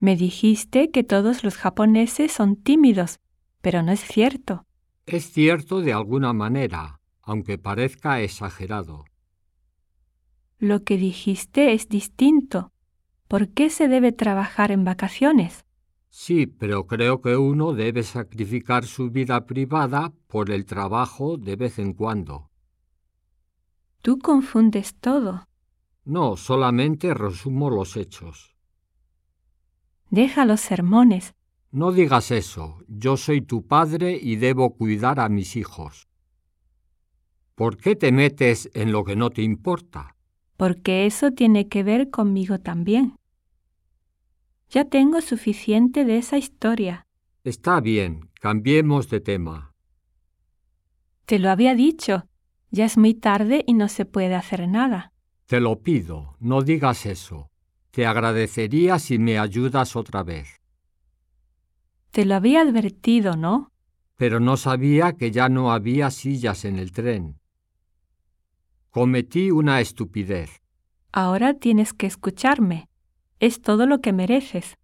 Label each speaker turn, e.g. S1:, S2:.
S1: Me dijiste que todos los japoneses son tímidos, pero no es cierto.
S2: Es cierto de alguna manera, aunque parezca exagerado.
S1: Lo que dijiste es distinto. ¿Por qué se debe trabajar en vacaciones?
S2: Sí, pero creo que uno debe sacrificar su vida privada por el trabajo de vez en cuando.
S1: Tú confundes todo.
S2: No, solamente resumo los hechos.
S1: Deja los sermones.
S2: No digas eso. Yo soy tu padre y debo cuidar a mis hijos. ¿Por qué te metes en lo que no te importa?
S1: porque eso tiene que ver conmigo también. Ya tengo suficiente de esa historia.
S2: Está bien, cambiemos de tema.
S1: Te lo había dicho. Ya es muy tarde y no se puede hacer nada.
S2: Te lo pido, no digas eso. Te agradecería si me ayudas otra vez.
S1: Te lo había advertido, ¿no?
S2: Pero no sabía que ya no había sillas en el tren. Cometí una estupidez.
S1: Ahora tienes que escucharme. Es todo lo que mereces.